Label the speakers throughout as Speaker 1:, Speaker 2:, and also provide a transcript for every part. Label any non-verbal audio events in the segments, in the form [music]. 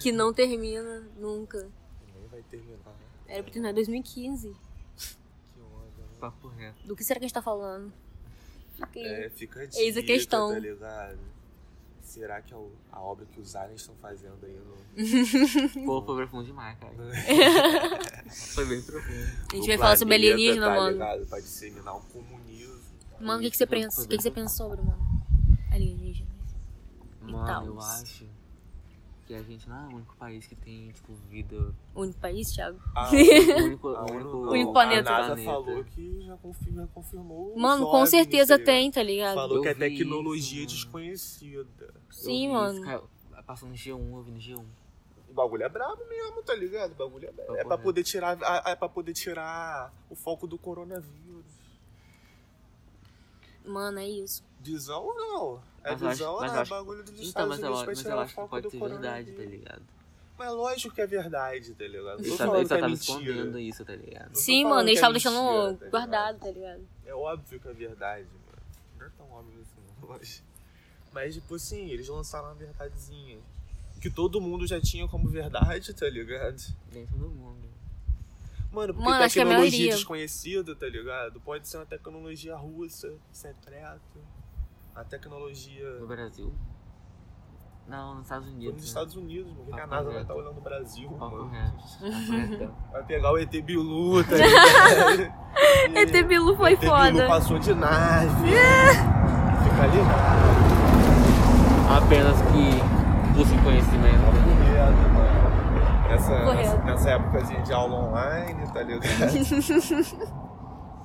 Speaker 1: que não termina nunca.
Speaker 2: Nem vai terminar. né?
Speaker 1: Era pra terminar em 2015.
Speaker 2: Que onda, né?
Speaker 3: Papo reto.
Speaker 1: Do que será que a gente tá falando? Fiquei...
Speaker 2: É, fica a dica,
Speaker 1: Eis a questão.
Speaker 2: tá ligado? Será que é o- a obra que os aliens estão fazendo aí no...
Speaker 3: Pô, foi profundo demais,
Speaker 2: [laughs]
Speaker 3: cara. Foi bem profundo.
Speaker 1: a gente vai falar sobre alienígena,
Speaker 2: tá
Speaker 1: mano.
Speaker 2: Ligado? Pra disseminar um comunismo.
Speaker 1: Mano, o que, que você pensa? O que, que você pensa sobre, mano? Alienígena.
Speaker 3: Mano, eu
Speaker 1: tals?
Speaker 3: acho que a gente não é o único país que tem, tipo, vida.
Speaker 1: O único país, Thiago?
Speaker 2: A,
Speaker 1: [laughs]
Speaker 3: O único,
Speaker 2: Ah, [laughs] a
Speaker 3: o
Speaker 2: ONU
Speaker 3: único,
Speaker 2: não.
Speaker 1: O único planeta.
Speaker 2: A NASA falou que já confirma- confirmou. os
Speaker 1: Mano, com
Speaker 2: OVNIs,
Speaker 1: certeza
Speaker 2: tá ligado?
Speaker 1: tem, tá ligado?
Speaker 2: Falou
Speaker 3: Eu
Speaker 2: que é
Speaker 3: vi isso,
Speaker 2: tecnologia
Speaker 3: mano.
Speaker 2: desconhecida.
Speaker 3: Eu
Speaker 1: Sim,
Speaker 3: vi
Speaker 1: mano.
Speaker 3: isso, cara, Passando no G1, ouvindo G1.
Speaker 2: O bagulho é brabo mesmo, tá ligado? O bagulho é brabo.
Speaker 3: Papo
Speaker 2: É pra
Speaker 3: reto.
Speaker 2: poder tirar, a- é pra poder tirar o foco do coronavírus.
Speaker 1: Mano, é isso.
Speaker 2: Visão não. É
Speaker 3: Mas eu acho-
Speaker 2: visão
Speaker 3: mas
Speaker 2: não,
Speaker 3: eu
Speaker 2: é
Speaker 3: acho-
Speaker 2: bagulho dos
Speaker 3: Então,
Speaker 2: Estados
Speaker 3: mas eu,
Speaker 2: Unidos pra
Speaker 3: mas
Speaker 2: tirar
Speaker 3: eu
Speaker 2: o
Speaker 3: acho que
Speaker 2: foco do
Speaker 3: pode ser verdade, tá
Speaker 2: coronavírus.
Speaker 3: ligado?
Speaker 2: Mas lógico que é verdade, tá ligado? Não
Speaker 3: Eles
Speaker 2: tô
Speaker 3: tá-
Speaker 2: falando
Speaker 3: eles
Speaker 2: que
Speaker 3: só
Speaker 2: é
Speaker 3: estavam
Speaker 2: mentira.
Speaker 3: escondendo isso, tá ligado?
Speaker 2: tô
Speaker 1: Sim,
Speaker 2: falando
Speaker 1: mano,
Speaker 2: que
Speaker 1: eles
Speaker 2: é
Speaker 1: estavam deixando
Speaker 2: mentira, tá
Speaker 1: guardado, tá ligado?
Speaker 2: É óbvio que é verdade, mano. Não é tão óbvio assim, não, [laughs] mas... Mas, tipo assim, eles lançaram uma verdadezinha. Que todo mundo já tinha como verdade, tá ligado?
Speaker 3: Dentro do mundo.
Speaker 2: Mano, porque
Speaker 1: Mano, acho que é a
Speaker 2: tecnologia
Speaker 1: maioria.
Speaker 2: desconhecida, tá ligado? Pode ser uma tecnologia russa, secreta. A tecnologia
Speaker 3: No Brasil? Não, nos Estados Unidos.
Speaker 2: dos
Speaker 3: né? é?
Speaker 2: Estados Unidos, mano. Por que que a
Speaker 3: Papo
Speaker 2: NASA vai
Speaker 3: reto.
Speaker 2: estar né? Tá olhando o Brasil,
Speaker 3: Papo
Speaker 2: mano?
Speaker 3: reto. Papo reto.
Speaker 2: Vai pegar o ET
Speaker 1: [laughs]
Speaker 2: Bilu, tá ligado?
Speaker 1: ET Bilu É, foi
Speaker 2: ET Bilu
Speaker 1: foda. É.
Speaker 2: passou de nave. Fica né? ligado.
Speaker 3: Apenas que busque conhecimento.
Speaker 2: Correto, mano. né? Nessa,
Speaker 1: Correto.
Speaker 2: nessa, nessa épocazinha de aula online,
Speaker 1: [laughs]
Speaker 2: tá ligado?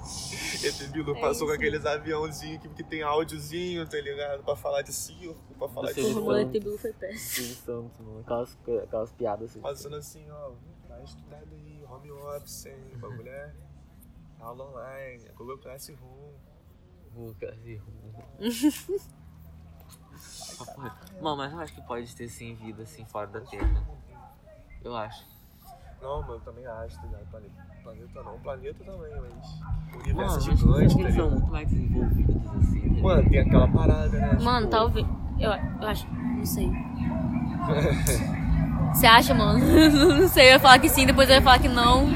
Speaker 2: Esse Bilu
Speaker 1: É
Speaker 2: passou com
Speaker 1: isso.
Speaker 2: aqueles aviãozinhos que, que tem áudiozinho, tá ligado? Pra falar de circo, pra falar de
Speaker 3: Silvio
Speaker 1: O
Speaker 2: show.
Speaker 3: Santos.
Speaker 1: rolê Bilu foi péssimo.
Speaker 3: Silvio Santos, mano. Aquelas, aquelas piadas assim.
Speaker 2: Passando assim, ó, vai estudar aí, home office, hein, o bagulho é aula online, é Google Classroom.
Speaker 3: Lucas e Papo reto. [laughs] Mano, mas eu acho que pode ter sim vida assim fora da Terra. Eu acho.
Speaker 2: Não, mano, eu também acho, tá ligado? Planeta, planeta não, planeta também, mas. Universo
Speaker 3: Mano, mas
Speaker 2: gigante, tá
Speaker 3: acho que eles são
Speaker 2: ligado?
Speaker 3: muito mais desenvolvidos assim. tá ligado?
Speaker 2: Mano, tem aquela parada, né?
Speaker 1: Mano,
Speaker 2: tipo,
Speaker 1: talvez. Eu, eu acho. Não
Speaker 2: [laughs]
Speaker 1: sei. Você acha, mano? [laughs] não sei, eu ia falar que sim, depois eu ia falar que não.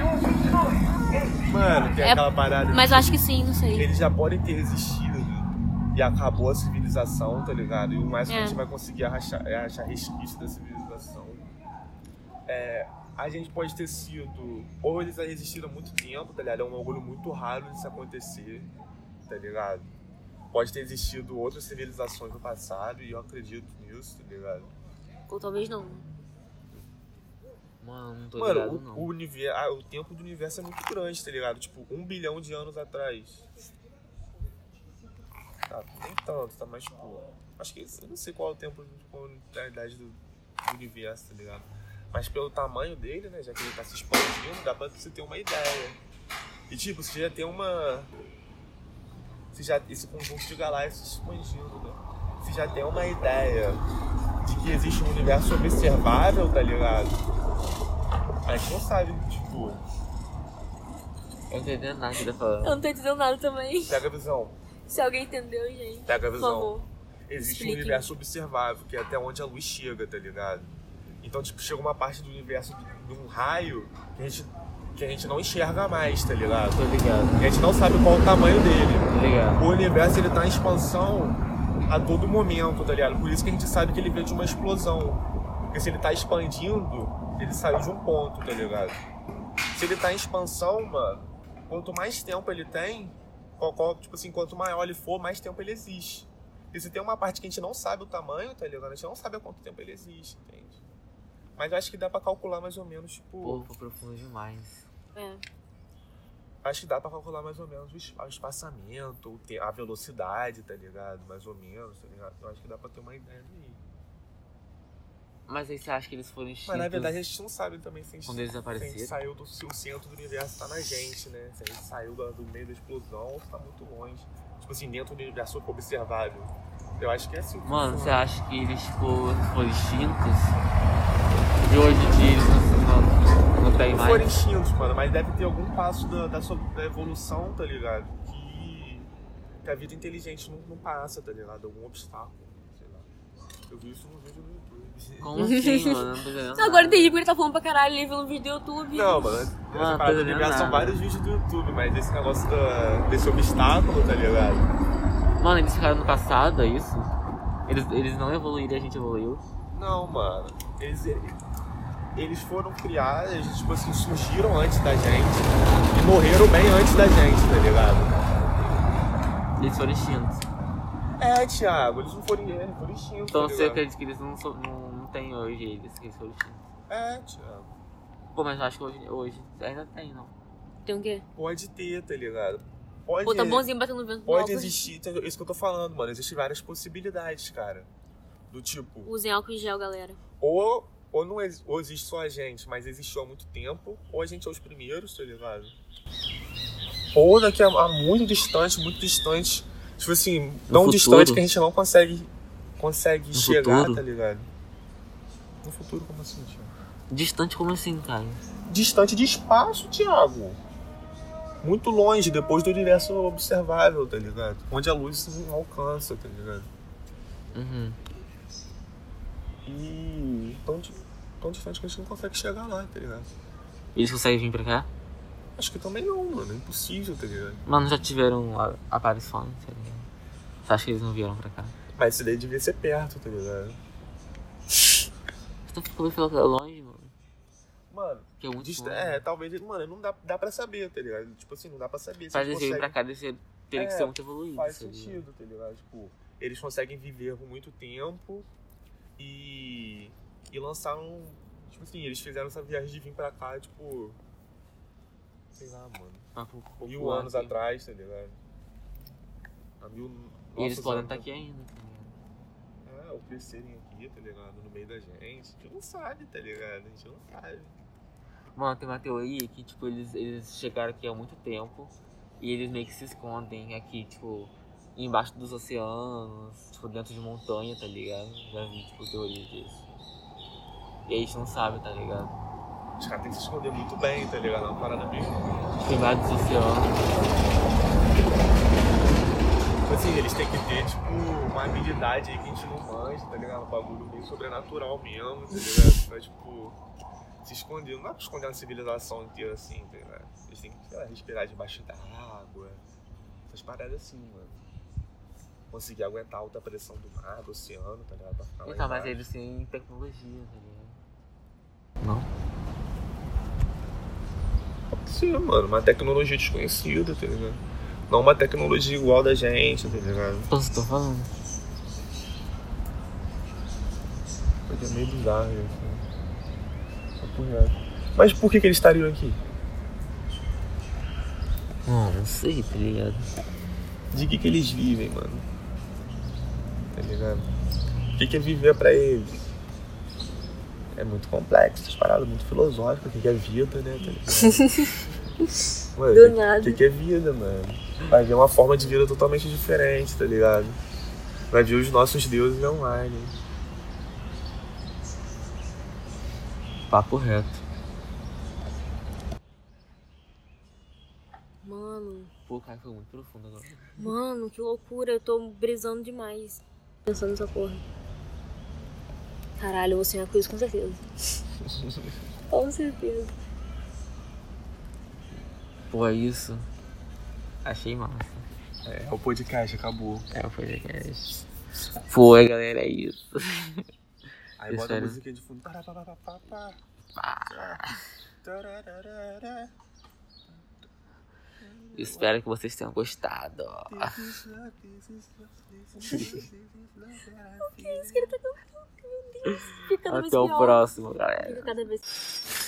Speaker 2: Mano, tem
Speaker 1: É-
Speaker 2: aquela parada.
Speaker 1: Mas eu acho que sim, não sei.
Speaker 2: Eles já podem ter resistido e acabou a civilização, tá ligado? E o mais que
Speaker 1: É.
Speaker 2: a gente vai conseguir achar, é achar resquício da civilização. É, a gente pode ter sido. Ou eles já resistiram há muito tempo, tá ligado? É um orgulho muito raro de se acontecer, tá ligado? Pode ter existido outras civilizações no passado e eu acredito nisso, tá ligado?
Speaker 1: Ou talvez não.
Speaker 3: Mano, não tô ligado
Speaker 2: Mano,
Speaker 3: não.
Speaker 2: o, o, univer- ah, o tempo do universo é muito grande, tá ligado? Tipo, um bilhão de anos atrás. Tá, nem tanto, tá mais tipo. Acho que eu não sei qual é o tempo, qual é a idade do, do universo, tá ligado? Mas pelo tamanho dele, né? Já que ele tá se expandindo, dá pra você ter uma ideia. E tipo, você já tem uma. Você já, esse conjunto de galáxias se expandindo, né? Você já tem uma ideia de que existe um universo observável, tá ligado? A gente não sabe, tipo,
Speaker 3: Eu não tô entendendo nada que tá falando.
Speaker 1: Eu não tô entendendo nada também.
Speaker 2: pega a visão.
Speaker 1: Se alguém entendeu, gente.
Speaker 2: Pega a
Speaker 1: Por
Speaker 2: visão.
Speaker 1: favor.
Speaker 2: Existe um
Speaker 1: explique.
Speaker 2: universo observável, que é até onde a luz chega, tá ligado? Então, tipo, chega uma parte do universo de- de um raio que a gente, que a gente não enxerga mais, tá ligado?
Speaker 3: Tô ligado,
Speaker 2: E a gente não sabe qual o tamanho dele.
Speaker 3: tô ligado.
Speaker 2: O universo, ele tá em expansão a todo momento, tá ligado? Por isso que a gente sabe que ele veio de uma explosão. Porque se ele tá expandindo, ele saiu de um ponto, tá ligado? Se ele tá em expansão, mano, quanto mais tempo ele tem, qual- qual- tipo assim, quanto maior ele for, mais tempo ele existe. E se tem uma parte que a gente não sabe o tamanho, tá ligado? A gente não sabe há quanto tempo ele existe, entende? Mas eu acho que dá pra calcular mais ou menos, tipo.
Speaker 3: Pô, foi profundo demais.
Speaker 1: É.
Speaker 2: Acho que dá pra calcular mais ou menos o es- o espaçamento, o te- a velocidade, tá ligado? Mais ou menos, tá ligado? Eu acho que dá pra ter uma ideia daí.
Speaker 3: Mas aí você acha que eles foram extintos
Speaker 2: Mas na verdade a gente não sabe também se a gente,
Speaker 3: quando eles
Speaker 2: se a gente
Speaker 3: apareceram?
Speaker 2: saiu do se o centro do universo, tá na gente, né? Se a gente saiu da- do, meio da explosão ou se tá muito longe. Tipo assim, dentro do universo observável. Eu acho que é assim. que
Speaker 3: Mano, você
Speaker 2: funciona.
Speaker 3: acha que eles tipo, foram extintos? E hoje em dia eles não, não, não tem
Speaker 2: Não foram
Speaker 3: mais?
Speaker 2: extintos, mano, mas deve ter algum passo da, da, sua- da evolução, tá ligado? Que, que a vida inteligente não, não passa, tá ligado? Algum obstáculo, sei lá. Eu vi isso num vídeo no YouTube.
Speaker 3: Como assim, mano? Eu Não tô entendendo.
Speaker 1: Agora eu entendi porque ele tá falando pra caralho, ele viu um vídeo do YouTube.
Speaker 2: Não, mano, essa
Speaker 3: Ah, tá
Speaker 2: parada de
Speaker 3: entendendo
Speaker 2: liberar são
Speaker 3: nada.
Speaker 2: vários vídeos do YouTube, mas esse negócio da, desse obstáculo, tá ligado?
Speaker 3: Mano, eles ficaram no passado, é isso? Eles, eles não evoluíram e a gente evoluiu.
Speaker 2: Não, mano. Eles, eles foram criados, eles, tipo assim, surgiram antes da gente e morreram bem antes da gente, tá ligado?
Speaker 3: Eles foram extintos.
Speaker 2: É, Thiago, eles não foram, é, foram extintos.
Speaker 3: Então
Speaker 2: tá
Speaker 3: você
Speaker 2: ligado?
Speaker 3: acredita que eles não, so- não, não tem hoje eles, que eles foram extintos.
Speaker 2: É, Thiago.
Speaker 3: Pô, mas eu acho que hoje, hoje ainda tem, não.
Speaker 1: Tem o quê?
Speaker 2: Pode ter, tá ligado? Pode
Speaker 1: Pô, tá bonzinho batendo no vento.
Speaker 2: Pode
Speaker 1: no álcool.
Speaker 2: existir, entendeu? isso que eu tô falando, mano. Existem várias possibilidades, cara. Do tipo,
Speaker 1: Usem álcool em gel, galera.
Speaker 2: ou, ou não ex- ou existe só a gente, mas existiu há muito tempo, ou a gente é os primeiros, tá ligado? Ou daqui a, a muito distante, muito distante. Tipo assim, tão
Speaker 3: futuro.
Speaker 2: distante que a gente não consegue, consegue chegar,
Speaker 3: futuro.
Speaker 2: tá ligado? No futuro, como assim, Thiago?
Speaker 3: Distante como assim, cara?
Speaker 2: Distante de espaço, Thiago. Muito longe, depois do universo observável, tá ligado? Onde a luz não alcança, tá ligado?
Speaker 3: Uhum.
Speaker 2: E tão, di- tão distante que a gente não consegue chegar lá, tá ligado?
Speaker 3: Eles conseguem vir pra cá?
Speaker 2: Acho que também não, mano. É impossível, tá ligado?
Speaker 3: Mano, já tiveram a- aparições, tá ligado? Você acha que eles não vieram pra cá?
Speaker 2: Mas isso daí devia ser perto, tá ligado?
Speaker 3: Então ficou pelo longe, mano.
Speaker 2: Mano,
Speaker 3: Que é muito
Speaker 2: dist-
Speaker 3: longe.
Speaker 2: é, talvez. Mano, não dá, dá pra saber, tá ligado? Tipo assim, não dá pra saber se
Speaker 3: Pra
Speaker 2: eles
Speaker 3: eles virem pra
Speaker 2: conseguem.
Speaker 3: cá, eles teriam que
Speaker 2: É,
Speaker 3: ser muito evoluídos.
Speaker 2: Faz
Speaker 3: tá ligado?
Speaker 2: sentido, tá ligado? Tipo, eles conseguem viver por muito tempo e. E lançaram. Tipo assim, eles fizeram essa viagem de vir pra cá, tipo. Sei lá, mano.
Speaker 3: Papo popular,
Speaker 2: Mil um anos
Speaker 3: assim.
Speaker 2: atrás, tá ligado? Há mil.
Speaker 3: E eles
Speaker 2: nossos
Speaker 3: podem
Speaker 2: anos
Speaker 3: estar aqui ainda, tá ligado?
Speaker 2: Ah, ou crescerem aqui, tá ligado? No meio da gente. A gente não sabe, tá ligado? A gente não sabe.
Speaker 3: Mano, tem uma teoria que, tipo, eles, eles chegaram aqui há muito tempo e eles meio que se escondem aqui, tipo, embaixo dos oceanos, tipo, dentro de montanha, tá ligado? Já vi, tipo, teorias disso. E aí a gente não sabe, tá ligado?
Speaker 2: Os caras têm que se esconder muito bem, tá ligado? É uma parada meio.
Speaker 3: Tipo, embaixo dos oceanos.
Speaker 2: Tipo assim, eles têm que ter, tipo, uma habilidade aí que a gente não manja, tá ligado? Um bagulho meio sobrenatural mesmo, tá ligado? Pra, tipo, se esconder. Não dá pra esconder uma civilização inteira assim, tá ligado? Eles têm que, sei lá, respirar debaixo da água. Essas paradas assim, mano. Conseguir aguentar a alta pressão do mar, do oceano, tá ligado? Pra ficar lá
Speaker 3: Então, mas
Speaker 2: embaixo.
Speaker 3: eles têm tecnologia, tá ligado? Não?
Speaker 2: Sim, mano, uma tecnologia desconhecida, tá ligado? Não uma tecnologia igual da gente, tá ligado?
Speaker 3: Então, você tá falando?
Speaker 2: Porque é meio bizarro isso. né? Papo reto. Mas por que, que eles estariam aqui?
Speaker 3: Não, não sei, tá ligado?
Speaker 2: De que, que eles vivem, mano? Tá ligado? O que, que é viver pra eles? É muito complexo, essas paradas, muito filosófico, o que, que é vida, né? Tá ligado?
Speaker 1: [laughs]
Speaker 2: Mano,
Speaker 1: Do
Speaker 2: o que-
Speaker 1: nada.
Speaker 2: O que, que é vida, mano? Vai ver uma forma de vida totalmente diferente, tá ligado? Vai ver os nossos deuses online.
Speaker 3: Papo reto.
Speaker 1: Mano,
Speaker 3: Pô, cara, foi muito profundo agora.
Speaker 1: mano, que loucura. Eu tô brisando demais. Pensando nessa porra. Caralho, eu vou sonhar com isso com certeza. Com certeza.
Speaker 3: Pô, é isso. Achei massa.
Speaker 2: É, o podcast acabou.
Speaker 3: É o podcast. Foi, galera, é isso.
Speaker 2: Aí bota a
Speaker 3: Espera.
Speaker 2: musiquinha de fundo. Tarapapapapá. Tarararara.
Speaker 3: Espero que vocês tenham gostado.
Speaker 2: This is love, this is love, this is love, this is love that I feel.
Speaker 1: Fica cada vez
Speaker 3: Até o
Speaker 1: pior.
Speaker 3: próximo, galera.
Speaker 1: Fica cada vez.